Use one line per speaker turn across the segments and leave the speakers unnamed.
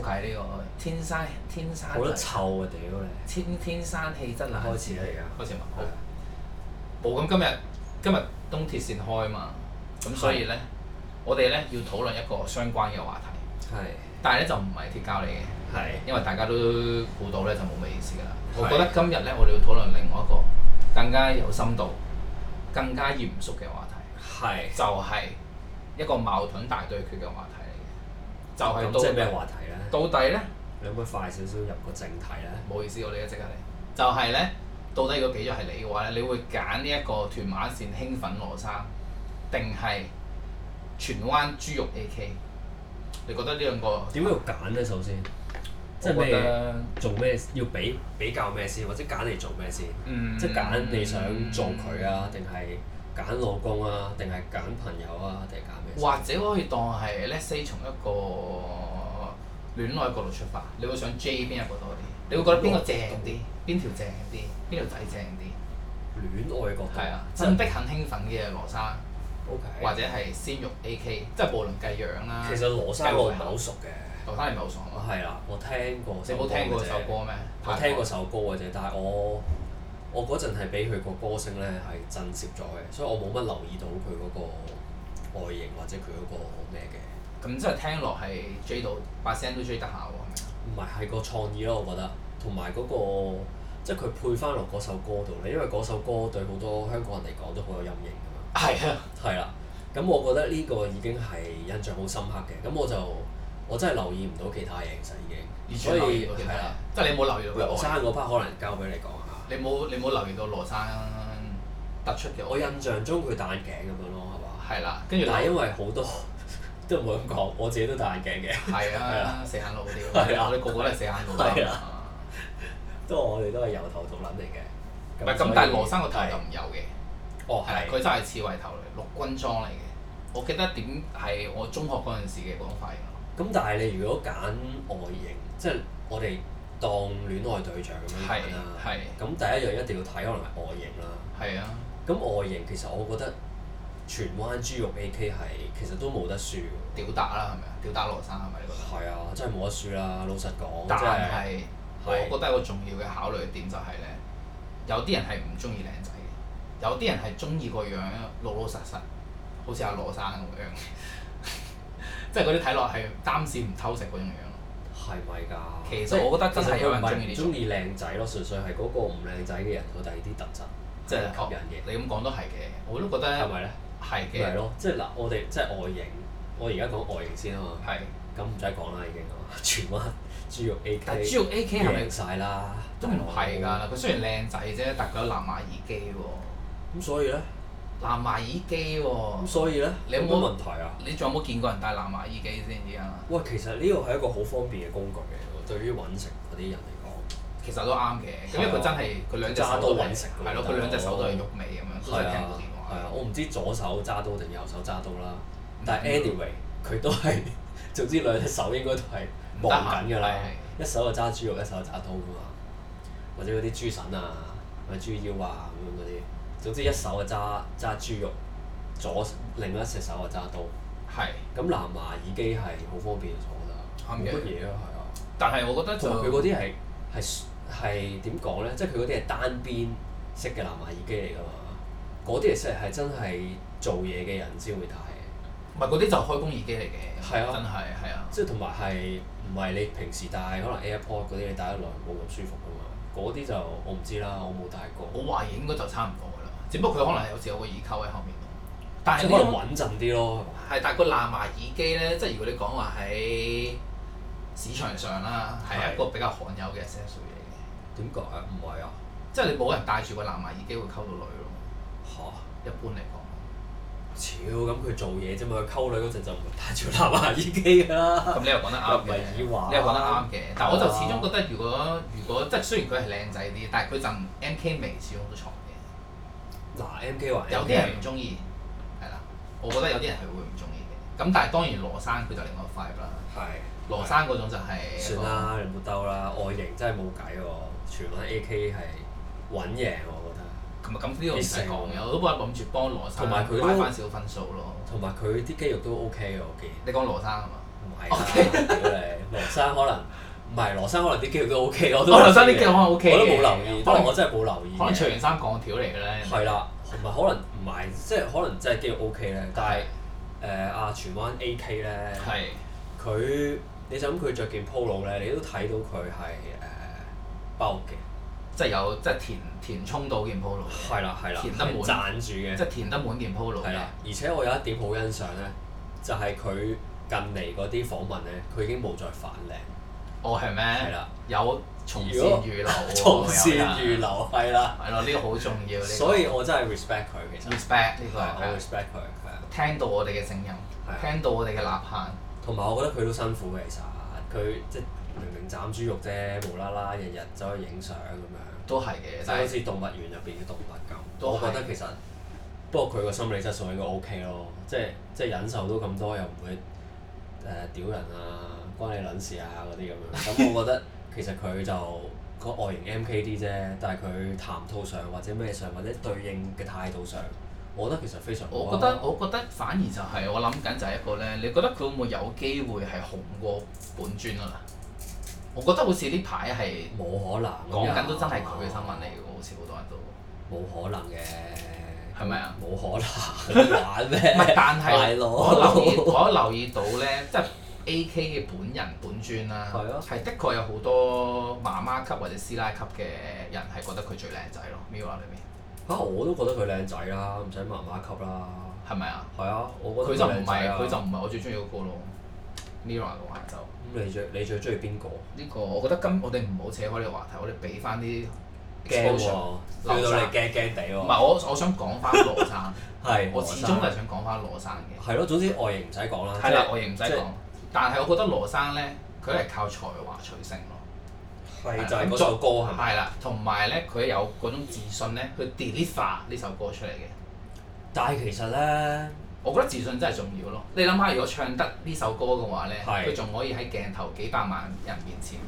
計呢個天生天生
好得臭啊！屌你！
天天生氣質冷
開始啦
戰
而
開始嘛，好
家。
冇咁今日今日東鐵線開嘛，咁所以咧我哋咧要討論一個相關嘅話題，
係
但係咧就唔係鐵膠嚟嘅，
係
因為大家都估到咧就冇咩意思㗎啦。
係
我覺得今日咧我哋要討論另外一個更加有深度、更加嚴肅嘅話題，
係。
就係、一個矛盾大對決嘅話題嚟嘅，
咁
就
即
係
係咩
到
話題咧？
底到底咧。
你可唔可以快少少入個正題咧？
唔好意思，我哋而家即刻嚟，就係、呢。咧，到底如果俾咗係你嘅話咧，你會揀呢一個屯馬線興奮羅沙，定係荃灣豬肉 A.K.？你覺得呢兩個
點解要揀咧？首先，即係
我覺
咩
得
做咩要比比較咩先，或者揀嚟做咩先？
嗯，
即係揀你想做佢啊，定係揀老公啊，定係揀朋友啊，定係揀咩先？
或者可以當係 let's say 從一個戀愛角度出發，你會想 J 邊一個多啲？你會覺得邊個正啲？邊條正啲？邊條仔正啲？
戀愛角度
係啊，真的很興奮嘅羅沙，
O K。
或者係鮮肉 A.K.，即係無論計樣啦。
其實羅生我唔係啊好熟嘅，
劉生你唔係好爽
我
啊？
係啦，我聽過。
你冇聽過首歌咩？
我聽過首歌嘅啫，但係我我嗰陣係俾佢個歌聲咧係震懾咗嘅，所以我冇乜留意到佢嗰個外形或者佢嗰個咩嘅，
咁即係聽落係追到把聲都追得下喎，係
唔
咪啊？
係係個創意咯，我覺得，同埋嗰個即係佢配翻落嗰首歌度咧，因為嗰首歌對好多香港人嚟講都好有陰影㗎嘛，
係啊，
係啦，咁我覺得呢個已經係印象好深刻嘅，咁我就我真係留意唔到其他嘢其實已經，
完
所
全留意
以
到其他
係啦，
嘢，即係你冇留意到
羅
佢
生
外
嗰 part 可能交俾你講下。
你冇你冇留意到羅生突出嘅
我
外
印象中佢戴眼鏡咁樣咯，係嘛？
係啦，
跟
跟住
住但係
留
因為好多 都唔好咁講，我自己都戴眼鏡嘅，
係
係
啊
啦，
四眼佬啲，
係啊
我哋個個都係四眼佬
係
啦
啊。都我哋都係由頭到撚嚟嘅。
唔係
所
咁
以，
但係羅生個頭就
係
唔有嘅，
哦
係啦，
係
佢真係刺猬頭嚟，陸軍裝嚟嘅。我記得點係我中學嗰陣時嘅講法嚟㗎
咁，但係你如果揀外形，即係我哋當戀愛對象咁樣
係
揀啦。
係
咁第一樣一定要睇可能係外形啦。
係啊，
咁外形其實我覺得荃灣豬肉 A.K. 係其實都冇得輸㗎。
屌打啦係咪啊？屌打羅生係咪你覺得？
係啊，真係冇得輸啦！老實講，
但
真係
係我
係
覺得一個重要嘅考慮點就係咧，有啲人係唔中意靚仔嘅，有啲人係中意個樣老老實實，好似阿羅生咁樣， 即係嗰啲睇落係擔屎唔偷食嗰種樣。
係咪㗎？
其實
即係
我覺得真
其
係
實
有人
佢唔
鍾意呢種
中意靚仔咯，純粹係嗰個唔靚仔嘅人有第二啲特質，
即係
係吸引嘅，
你咁講都係啊嘅，我都覺得
係咪咧？
係
咪係
嘅，
咯，即係嗱，我哋即係外形，我而家講外形先啊嘛，
係。
咁唔使講啦已經係嘛， 全灣豬肉 A
但
K，
豬肉 A K 係咪
贏晒啦？
都唔係㗎
大佬
啦？佢雖然靚仔啫，但佢有藍牙耳機喎，
咁所以咧，
藍牙耳機
咁
喎，
所以咧，
你有冇
乜問題啊？
你仲有冇見過人戴藍牙耳機先而家？
喂，其實呢個係一個好方便嘅工具嚟喎，對於揾食嗰啲人嚟講。
其實都啱嘅，咁因為佢真係佢兩隻手都係係咯，佢兩隻手都係喐尾咁樣，都係
係
聽
啊
到電，
係啊
話。，
我唔知左手揸刀定右手揸刀啦。但係
嗯
anyway，佢都係 總之兩隻手應該都係
唔得閒
忙緊㗎啦
係。
一手就揸豬肉，一手就揸刀㗎嘛。或者嗰啲豬腎啊，或者豬腰啊咁樣嗰啲，總之一手就揸揸豬肉，左另一隻手就揸刀。
係，
咁藍牙耳機係好方便，我覺
啱嘅
得冇乜嘢啊，係啊。
但係我覺得就
同埋佢嗰啲係係係點講咧？即係佢嗰啲係單邊式嘅藍牙耳機嚟㗎嘛。嗰啲其實係真係做嘢嘅人先會戴嘅，
唔係嗰啲就開工耳機嚟嘅，
係啊
真係係啊，
即係同埋係唔係你平時戴可能 AirPod 嗰啲你戴得耐冇咁舒服㗎嘛？嗰啲就我唔知啦，我冇戴過。
我懷疑應該就差唔多㗎啦，只不過佢可能有時有個耳溝喺後面咯。但係
即係
呢
可能
種
穩陣啲咯，
係，但係個藍牙耳機咧，即係如果你講話喺市場上啦，係
係
一個比較罕有嘅 sales 嚟嘅，
點講啊？唔係啊，
即係你冇人戴住個藍牙耳機會溝到女咯，
嚇！
一般嚟講。
超咁佢做嘢啫嘛，佢溝女嗰陣就唔會戴住藍牙耳機㗎啦。
咁你又講得
啊又
啱
唔
嘅
係。耳環，
你又講得啱嘅，但我就
係啊
始終覺得如果如果即係雖然佢係靚仔啲，但係佢陣 M K 味始終都重嘅。
嗱 MK 話
有啲人唔中意，係啦，我覺得有啲人係會唔中意嘅。咁但係當然羅生佢就另外一塊啦，
係
羅生嗰種就係
算啦，你冇兜啦，外形真係冇計喎，全揾 A K 係揾贏我覺得，
咁咁呢個唔使講嘅，我都冇諗住幫羅生
同埋佢都
拉翻少分數咯。
同埋佢啲肌肉都 O K 嘅，我見
你講羅生係嘛？
唔係
OK
啊，屌你羅生可能唔係羅生可能啲肌肉都 O K，我都
我劉哦生啲
肌
肌肉可能 O K
我都冇留意，
可
不過
能
我真係冇留意
可能
嘅。
長衫鋼條嚟嘅咧。
係啦，同埋可能唔係，即係可能真係肌肉 O K 咧，但係誒啊荃灣 A K 咧，
係
佢你就咁佢着件 polo 咧，你都睇到佢係誒包嘅，
即係有即係填填充到件 polo 嘅
係啦係啦，
填得滿
係賺住嘅
即。係填得滿件 polo
係
嘅
啦。，而且我有一點好欣賞咧，就係佢近嚟嗰啲訪問咧，佢已經冇再反靚，
哦，係咩？
係啦，
有從善
如果
如流 喎，
從善
有
如
人
流係啦，
係咯，呢個好重要。呢個
所以我真係 respect 佢其實，
respect 呢個
我
係
respect 佢係啊，
聽到我哋嘅聲音
係啊，
聽到我哋嘅吶喊，
同埋我覺得佢都辛苦嘅其實，佢即係明明斬豬肉啫，無啦啦日日走去影相咁
都係
樣，
嘅。
就
但
好
係
似動物園入邊嘅動物咁。
都
我
係
覺得其實，不過佢個心理質素應該 OK 咯，即係即係忍受到咁多又唔會誒、呃屌人啊，關你撚事啊嗰啲 咁樣。咁我覺得其實佢就個外形 MKD 啫，但係佢談吐上或者咩上或者對應嘅態度上，我覺得其實非常好啊
我覺得我覺得反而就係我諗緊就係一個咧，你覺得佢會唔會有機會係紅過本尊啊？我覺得好似呢排係
冇可能啊
講緊都真係佢嘅新聞嚟嘅喎，好似好多人都。
冇可能嘅，
係咪啊？
冇可 能玩咩？
唔係，
大
但係
佬
我留意我留意到咧，即係 A.K. 嘅本人本尊啦
係啊，
係的確有好多媽媽級或者師奶級嘅人係覺得佢最靚仔咯。Mirror 裏面
嚇、我都覺得佢靚仔啦，唔使媽媽級啦。
係咪啊？
係啊，我
佢
覺
就
得
唔
靚仔
係
啊
佢就唔係我最中意嗰個咯。Mirror 嘅話就呢、
咁你最你最中意邊個？
個，我覺得今我哋唔好扯開呢個話題，我哋俾翻啲
驚
exposure。
喎，
流
對到你
散
驚驚地喎。
唔係我我想講翻 羅生，
係
我始終都係想講翻羅生嘅。
係咯，總之外形唔使講啦。
係啦，
即
我亦唔使
即係
講，但係我覺得羅生咧，佢係靠才華取勝咯。
係就係嗰首歌係咪？
係啦，同埋咧，佢有嗰種自信咧，去 deliver 呢首歌出嚟嘅。
但係其實咧，
我覺得自信真係重要咯。你諗下，如果唱得呢首歌嘅話咧，
係
佢仲可以喺鏡頭幾百萬人面前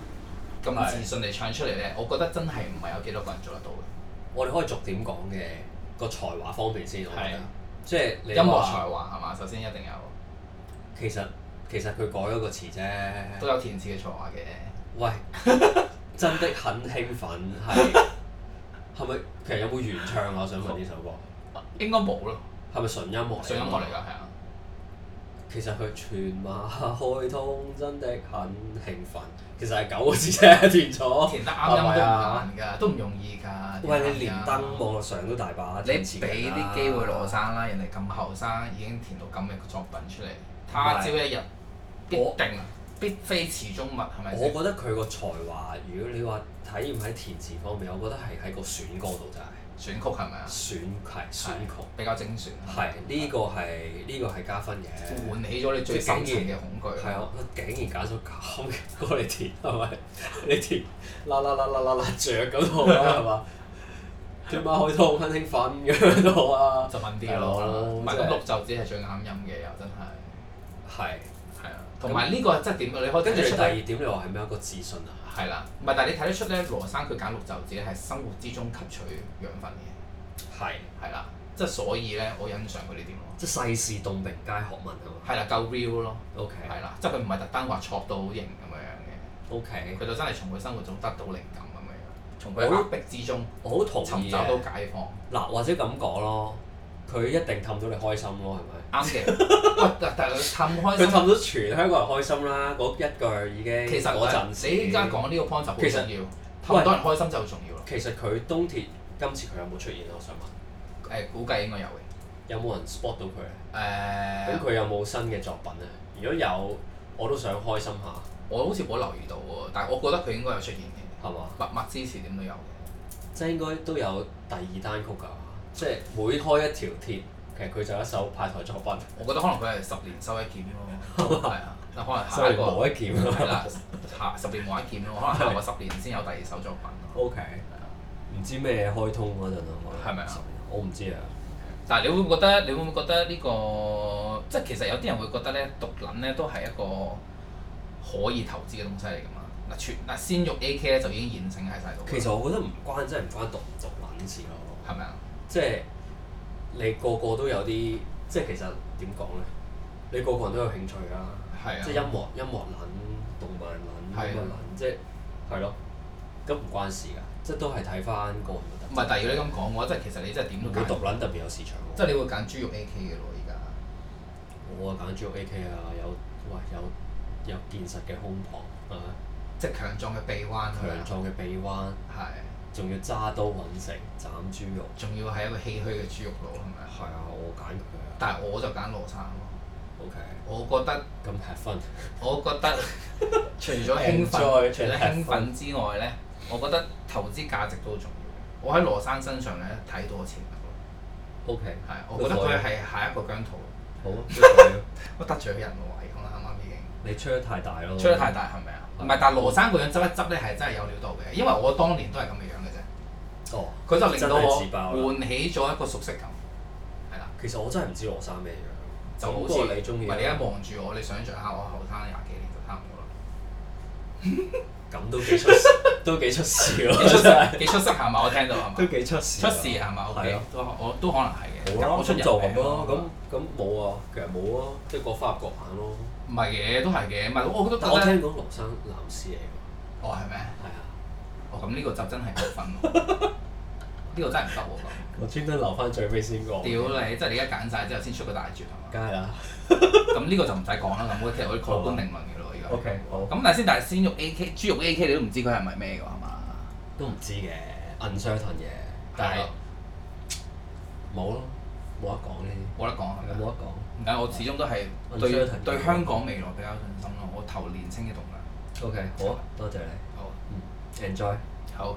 係
咁自信地唱出嚟咧，我覺得真係唔係有幾多個人做得到嘅。
我哋可以逐點講嘅個才華方面先，我覺
係
得即係你
音樂
話
才華係嘛？首先一定有，
其實其實佢改咗個詞啫。
都有填詞嘅才華嘅。
喂，真的很興奮， 係係咪？其實有冇原唱啊？我想問呢首歌
應該冇咯，
係咪純音樂？
純音樂嚟㗎，。係啊。
其實佢全馬開通真的很興奮，其實係九個字啫， 填咗。
填得啱音
哦
都
係咪
唔
啊
難㗎，都唔容易㗎。
喂，你連
填得啱啊
登網絡上都大把
你
填詞人
俾
啦
啲機會羅生啦，人哋咁後生已經填到咁嘅作品出嚟，他朝一日必
我
定必非池中物，係咪
我
先？
覺得佢個才華，如果你話體驗喺填詞方面，我覺得係喺個選歌度真係
選曲係咪啊？
選係選曲，
比較精選，
係呢個係呢個係加分嘅。
喚起咗你最深層嘅恐懼。
係啊，我竟然揀咗咁嘅歌嚟填，係咪？你填啦啦啦啦啦啦着嗰套啦，係 嘛？點解開通很興奮咁樣都好啊？
就問啲咯，
大佬
唔
真
係咁
係
綠袖子係最啱音嘅，又真係
係。
係啊。同埋呢個真係點？啊你可以
跟
睇
住
得
你
出
第
呢
二點，你話係咩？一個自信啊？
係啦，唔係但係你睇得出咧，羅生佢揀綠袖子係生活之中吸取養分嘅，
係，
係啦，即係所以咧，我欣賞佢呢點咯。
即係世事洞明皆學問啊嘛。
係啦，夠 real 咯。
OK
係啦，即係佢唔係特登話錯到型咁
OK，
樣嘅，佢就真係從佢生活中得到靈感咁樣，從
我
佢
都
壓迫之中
我好同
尋
意
找到
嘅。
解放。
嗱，或者咁講咯，佢一定氹到你開心咯，
啱嘅， 喂，但但係佢氹
係
開
咪？佢
心，
氹到全香港人開心啦，嗰一句已經。
其實
嗰陣時
你依家講呢個 point 就好
其
重
實
要，氹到人開心就好重要啦。
其實佢東鐵今次佢有冇出現啊？我想問，
誒，估計應該有嘅。
有冇人 spot 到佢咧？咁
誒，
佢有冇新嘅作品咧？如果有，我都想開心下，
我好似冇留意到喎，但係我覺得佢應該有出現嘅，
係嘛？
默默支持點都有嘅。
即係應該都有第二單曲㗎，即係每開一條鐵，其實佢就有一首派台作品，
我覺得可能佢係十年收一劍 咯，係啊，嗱可能
所
下
以
一個
冇一 劍
係啦，下十年冇一劍咯，可能下個十年先有第二首作品咯。
O K，唔知咩開通嗰陣啊？可能
係咪啊？
我唔知啊。
但係你會唔會覺得？你會唔會覺得呢、個即係其實有啲人會覺得咧，毒撚咧都係一個可以投資嘅東西嚟㗎嘛。嗱，全嗱鮮肉 A K 咧就已經現成喺晒度，
其實我覺得唔關，真係唔關讀唔讀撚事咯。
係咪啊？
即係你個個都有啲，即係其實點講咧？你個個人都有興趣啊，
係啊
即係音樂、音樂撚、動漫撚、乜
係啊
撚，即係係咯，咁唔關事㗎，即係都係睇翻個人嘅特質。
唔係，但係如果你咁講嘅話，即係其實你真係點
唔
都
會
揀
獨，撚特別有市場喎。
即係你會揀豬肉 A K 嘅咯，而家。
我啊揀豬肉 AK 啊，有喂有有健實嘅胸膛啊，
即係強壯嘅臂彎咁樣，
強壯嘅臂彎，
係，
仲要揸刀揾食斬豬肉。
仲要係一個唏噓嘅豬肉佬係咪？
係啊，我揀佢啊。
但係我就揀羅生咯，
OK，
我覺得
咁 have fun。
我覺得 除咗興奮
Enjoy
除咗
have
興奮之外咧，我覺得投資價值都好重要嘅。我喺羅生身上咧睇到個潛力咯，
OK，
係，我覺得佢係下一個姜濤。
好 啊，都係啊
我得罪咗人喎，係咁啦，啱啱已經
你吹得太大咯。
吹得太大係咪啊？
嗯
唔係，但係羅生個樣執一執咧係真係有料到嘅，因為我當年都係咁嘅樣嘅啫，
哦。
佢就令到我
真係自爆啦
喚起咗一個熟悉感，係啦。
其實我真係唔知羅生咩樣，
就好
不
似
過你中意啊
唔係你一望住我，你想象下我後生廿幾年就差唔 多啦。
咁都幾出 都幾出事
幾 出
咯，
色，幾出色係咪？我聽到係咪？
幾出事
出事係咪
係啊
？OK，
咯
都我都可能係嘅。
好啦，
我出
咁
人
就
命啊
咁咯，咁咁冇啊，其實冇啊，即係各花入各眼咯。
唔係嘅，都係嘅。唔係我都覺
但我
得
聽講羅生男士嚟㗎，
哦係咩？
係啊，
哦咁呢個就真係冇分喎。 呢個真係唔得喎咁。
我專登留翻最尾先講
屌你！即係你而家揀晒之後先出個大絕係 嘛？
梗係啦。
咁呢個就唔使講啦。咁我其實我蓋棺定論嘅咯，而家。
好啊
咁但係先，但係鮮肉 A K 豬肉 A K 你都唔知佢係咪咩㗎係嘛？
啊都唔知嘅，uncertain 嘅，但係
咯
冇咯，冇得講呢
冇得講係
啲，
咪
冇？得講。
唔係，我始終都係
啊我唔
對
需要提議
對香港未來比較有信心咯。我投年青嘅動力。
OK，好啊，多謝你
好，
，enjoy。
好。